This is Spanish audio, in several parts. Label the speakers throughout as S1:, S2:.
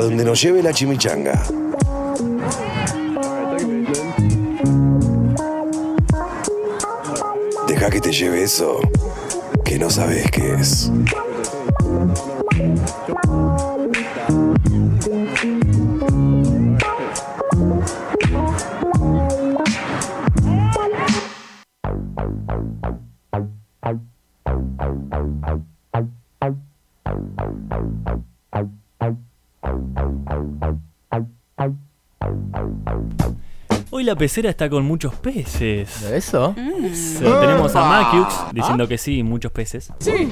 S1: donde nos lleve la chimichanga. Deja que te lleve eso que no sabes qué es.
S2: Hoy la pecera está con muchos peces.
S3: ¿Eso?
S2: Eso. Tenemos a Maciux diciendo que sí, muchos peces.
S3: Ah. Sí.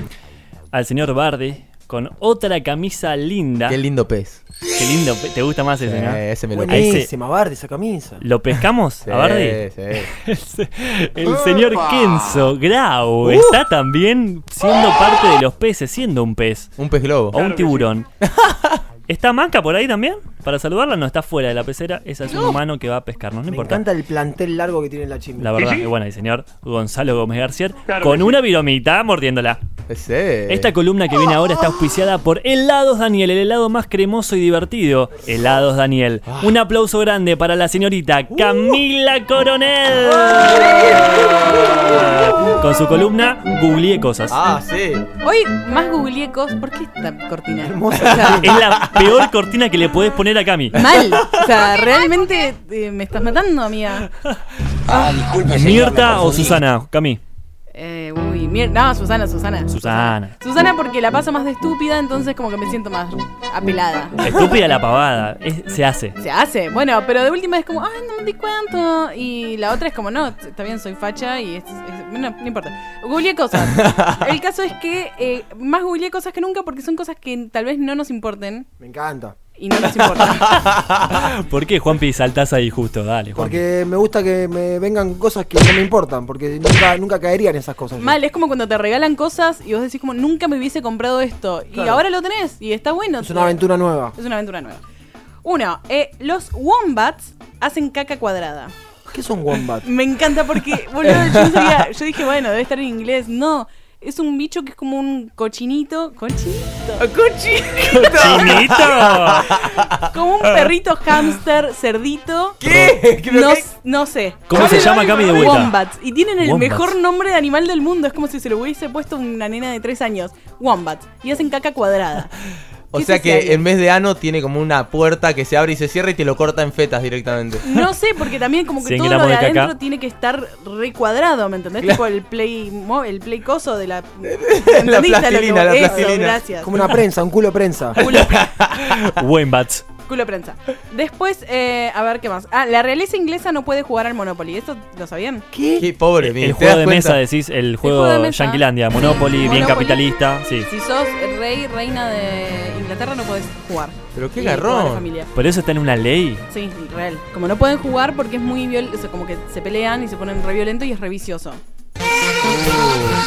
S2: Al señor Bardi con otra camisa linda.
S3: Qué lindo pez.
S2: Qué lindo. pe- ¿Te gusta más ese, no?
S3: Eh, ese me lo
S2: Ahí se-
S4: Buenísima, Bardi, esa camisa.
S2: ¿Lo pescamos
S3: Sí,
S2: a Bardi?
S3: sí.
S2: El señor Kenzo
S3: Uh.
S2: Grau está también siendo parte de los peces, siendo un pez
S3: Un pez globo.
S2: o un tiburón. ¿Está Manca por ahí también? Para saludarla, no está fuera de la pecera. Esa es un humano que va a pescarnos, no
S4: Me
S2: importa.
S4: encanta el plantel largo que tiene la chimba.
S2: La verdad, que bueno, el señor Gonzalo Gómez García con una viromita mordiéndola.
S3: Sí.
S2: Esta columna que viene ahora está auspiciada por Helados Daniel, el helado más cremoso y divertido. Helados Daniel. Un aplauso grande para la señorita Camila Coronel. Con su columna Googleé cosas.
S3: Ah, sí.
S5: Hoy más googleé cosas. ¿Por qué esta cortina?
S4: Hermosa.
S5: O sea,
S2: Es la peor cortina que le podés poner a Cami.
S5: mal. O sea, realmente eh, me estás matando, amiga.
S6: Ah, disculpe, señor, me
S2: Mirta o
S6: confundí.
S2: Susana, Cami.
S5: Eh, uy, mierda. No, Susana, Susana.
S2: Susana.
S5: Susana porque la paso más de estúpida, entonces como que me siento más apelada.
S2: Estúpida la pavada. Es- se hace.
S5: Se hace, bueno, pero de última es como, ay, no me di cuenta. Y la otra es como, no, t- está bien, soy facha y es. es- bueno, no importa. Googleé cosas. El caso es que eh, más googleé cosas que nunca porque son cosas que tal vez no nos importen
S4: Me encanta.
S5: y no nos importan.
S2: ¿Por qué, Juanpi, saltás ahí justo? Dale, Juanpi.
S4: Porque me gusta que me vengan cosas que no me importan, porque nunca, nunca caerían esas cosas. yo.
S5: Mal, es como cuando te regalan cosas y vos decís, como, nunca me hubiese comprado esto. Y
S4: Claro.
S5: ahora lo tenés y está bueno.
S4: Es una aventura nueva.
S5: Es una aventura nueva. Uno, eh, los wombats hacen caca cuadrada.
S4: ¿Qué son wombat?
S5: Me encanta porque, boludo, yo no sabía. Yo dije, bueno, debe estar en inglés. No, es un bicho que es como un cochinito. ¿Cochinito?
S2: ¡Chinito!
S5: Como
S2: Ah.
S5: un perrito hámster, cerdito.
S3: ¿Qué? ¿Qué-
S5: No,
S3: qué-
S5: no sé.
S2: ¿Cómo se llama Cami de vuelta?
S5: Wombats. Y tienen el
S2: Wombats.
S5: mejor nombre de animal del mundo. Es como si se lo hubiese puesto una nena de tres años. Wombats. Y hacen caca cuadrada.
S3: O
S5: ¿Qué
S3: sea
S5: se hace?
S3: que en vez de ano tiene como una puerta que se abre y se cierra y te lo corta en fetas directamente.
S5: No sé, porque también como que
S2: 100
S5: todo lo
S2: gramos
S5: de
S2: de caca.
S5: adentro tiene que estar recuadrado, ¿me entendés? Tipo el play, mo- el play coso de la... ¿entendiste lo que
S3: plastilina, la
S5: Eso,
S3: plastilina.
S5: gracias.
S4: Como una prensa, un culo prensa.
S5: Culo,
S2: Buen bats.
S5: culo prensa. Después, eh, a ver qué más. Ah, la realeza inglesa no puede jugar al Monopoly. ¿Esto lo sabían?
S3: Qué pobre,
S2: El
S3: Mini, ¿te das
S2: juego de
S3: cuenta?
S2: mesa, decís, el juego,
S5: juego de mesa.
S2: Yanquilandia, Monopoly, bien
S5: Monopoly.
S2: capitalista, sí.
S5: Si sos rey, reina de Inglaterra, no podés jugar.
S3: Pero qué
S5: Y jugar a la
S3: garrón.
S5: familia.
S2: Por eso está en una ley.
S5: Sí, real. Como no pueden jugar porque es muy viol... o sea, como que se pelean y se ponen re violento y es re vicioso.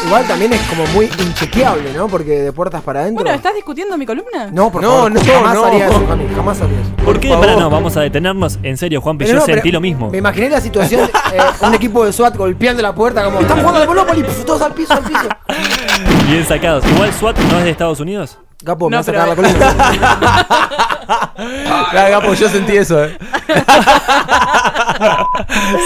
S4: Igual también es como muy inchequeable, ¿no? Porque de puertas para adentro.
S5: Bueno, ¿estás discutiendo mi columna?
S4: No, por
S3: No,
S4: favor,
S3: no,
S4: jamás
S3: no.
S4: haría eso, Cami, jamás haría eso.
S2: ¿Por qué?
S3: favor.
S2: Pará, no, vamos a detenernos. En serio, Juanpi,
S4: Pero
S2: yo
S4: no,
S2: sentí
S4: pero
S2: lo mismo.
S4: Me imaginé la situación, eh, un equipo de SWAT golpeando la puerta como, están jugando al Monopoly, pf, todos al piso, al piso.
S2: Bien sacados. Igual SWAT no es de Estados Unidos.
S4: Capo, me
S5: No,
S4: vas a
S5: pero-
S4: cagar la columna.
S3: Claro, Gapo, Ah, yo sentí eso, eh.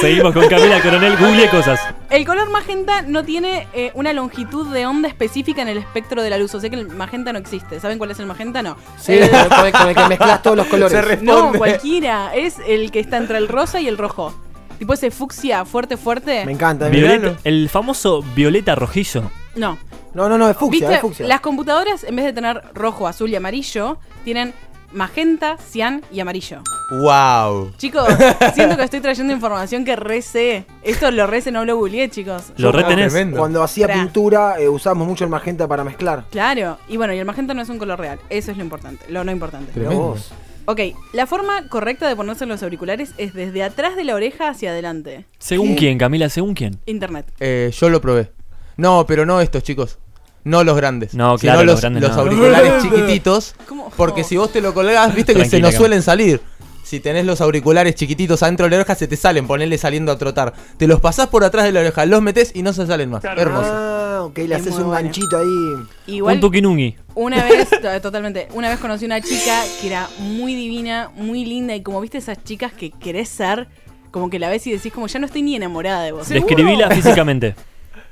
S2: Seguimos con Camila Coronel, google cosas.
S5: El color magenta no tiene eh, una longitud de onda específica en el espectro de la luz. O sea que el magenta no existe. ¿Saben cuál es el magenta? No.
S4: Sí, eh,
S5: El-
S4: con el, con el que mezclas todos los colores.
S3: Se re-
S5: no,
S3: responde.
S5: cualquiera. Es el que está entre el rosa y el rojo. Tipo ese fucsia fuerte, fuerte.
S4: Me encanta. me-
S2: Violeta-
S3: verano.
S2: el famoso violeta rojizo.
S5: no.
S4: No, no, no, es fucsia,
S5: ¿Viste?
S4: es fucsia.
S5: Las computadoras, en vez de tener rojo, azul y amarillo, tienen magenta, cian y amarillo.
S3: Wow.
S5: Chicos, siento que estoy trayendo información que recé. Esto lo recé, no lo googleé, chicos.
S2: Lo retenés.
S3: Ah, Tremendo.
S4: Cuando hacía
S5: Tra.
S4: pintura eh, usábamos mucho el magenta para mezclar.
S5: Claro. Y bueno, y el magenta no es un color real. Eso es lo importante, lo no importante.
S4: Mirá
S3: Tremendo.
S4: vos.
S5: Ok, la forma correcta de ponerse los auriculares es desde atrás de la oreja hacia adelante.
S2: ¿Según quién, Camila? ¿Según quién?
S5: Internet.
S3: Eh, yo lo probé. No, pero no estos, chicos. No los grandes.
S2: No,
S3: sino
S2: claro, los
S3: los,
S2: grandes
S3: los
S2: no.
S3: auriculares chiquititos.
S5: ¿Cómo?
S3: Porque si vos te lo colgás, viste que se
S2: Tranquila,
S3: nos
S2: Cam.
S3: suelen salir. Si tenés los auriculares chiquititos adentro de la oreja, se te salen, ponele saliendo a trotar. Te los pasás por atrás de la oreja, los metés y no se salen más. Hermoso.
S4: Ah, ok, le
S5: Es
S4: haces
S5: muy
S4: un
S5: buena.
S4: ganchito ahí.
S5: Igual,
S2: Un tuquinungui.
S5: una vez, to- totalmente, una vez conocí una chica que era muy divina, muy linda y como viste esas chicas que querés ser, como que la ves y decís como ya no estoy ni enamorada de vos.
S2: Describíla físicamente.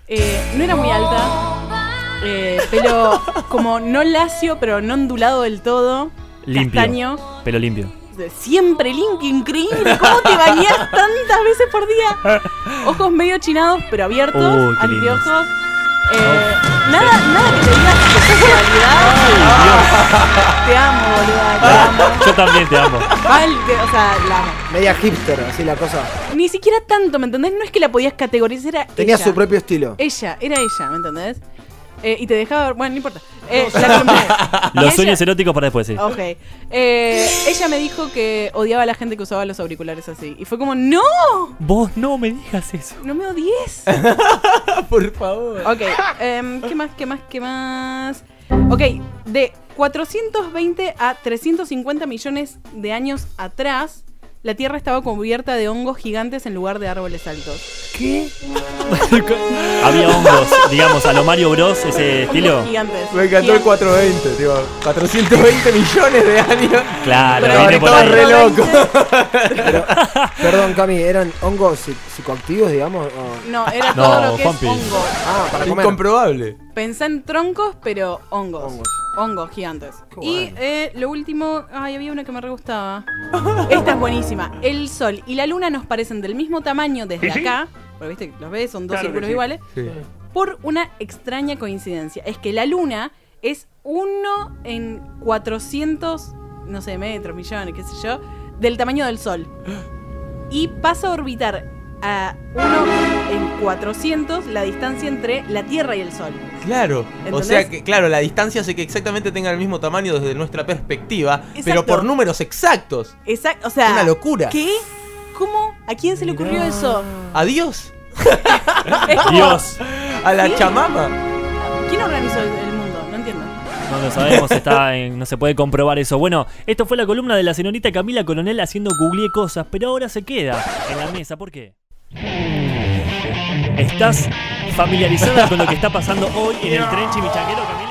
S5: Eh, no era muy alta, eh, pelo como no lacio, pero no ondulado del todo.
S2: Limpio.
S5: Castaño.
S2: Pelo limpio.
S5: De- Siempre limpio, increíble. ¿Cómo te bañás tantas veces por día? Ojos medio chinados, pero abiertos,
S2: Uy, qué lindo.
S5: anteojos. Eh, nada, nada que te diga que sexualidad. Te amo, boluda, te amo.
S2: Yo también te amo.
S5: Mal, que- o sea, la amo.
S4: Media hipster, así la cosa.
S5: Ni siquiera tanto, ¿me entendés? No es que la podías categorizar, era
S4: Tenía
S5: ella.
S4: su propio estilo.
S5: Ella, era ella, ¿me entendés? Eh, y te dejaba ver, bueno, no importa. Eh, la compré. Y
S2: Los
S5: ella- Oh.
S2: sueños eróticos para después, sí.
S5: Ok. Eh, ella me dijo que odiaba a la gente que usaba los auriculares así. Y fue como, ¡No!
S2: Vos no me digas eso.
S5: ¡No me odies!
S3: Ah, Por favor.
S5: Ok. em, ¿Qué más? ¿Qué más? ¿Qué más? Ok. De 420 a 350 millones de años atrás, la Tierra estaba cubierta de hongos gigantes en lugar de árboles altos.
S4: ¿Qué?
S2: Había hongos, digamos, a lo Mario Bros, ese estilo.
S5: Hongos gigantes.
S3: Me encantó el
S5: Gigantes.
S3: 420, tío. 420 millones de años.
S2: Claro,
S5: Pero
S2: viene por ahí.
S3: re loco.
S4: Perdón, Cami, ¿eran hongos psi- psicoactivos, digamos? o-
S5: No, era
S2: No,
S5: todo lo que
S2: Juanpi.
S5: es hongos.
S4: Ah, para comer.
S3: Incomprobable.
S5: Pensá en troncos, pero hongos. Hongos,
S4: Hongos.
S5: gigantes.
S4: Qué
S5: Y
S4: bueno.
S5: eh, lo último, ay, había una que me re gustaba. Esta es buenísima. El sol y la luna nos parecen del mismo tamaño desde acá, porque viste que los ves, son dos círculos iguales, por una extraña coincidencia. Es que la luna es uno en 400, no sé, metros, millones, qué sé yo, del tamaño del sol. Y pasa a orbitar a uno en 400 la distancia entre la Tierra y el Sol.
S3: Claro. O
S5: ¿Entendés?
S3: sea que, claro, la distancia hace que exactamente tenga el mismo tamaño desde nuestra perspectiva,
S5: Exacto.
S3: pero por números exactos.
S5: Exacto, o sea.
S3: Una locura.
S5: ¿Qué? ¿Cómo? ¿A quién se le ocurrió eso?
S3: Adiós.
S5: Es como,
S2: Dios,
S3: A la chamama.
S5: ¿Quién organizó el, el mundo? No entiendo.
S2: no lo sabemos, está en- no se puede comprobar eso. Bueno, esto fue la columna de la señorita Camila Coronel haciendo googleé cosas, pero ahora se queda en la mesa. ¿Por qué? ¿Estás familiarizada con lo que está pasando hoy en el tren chimichanguero, Camila?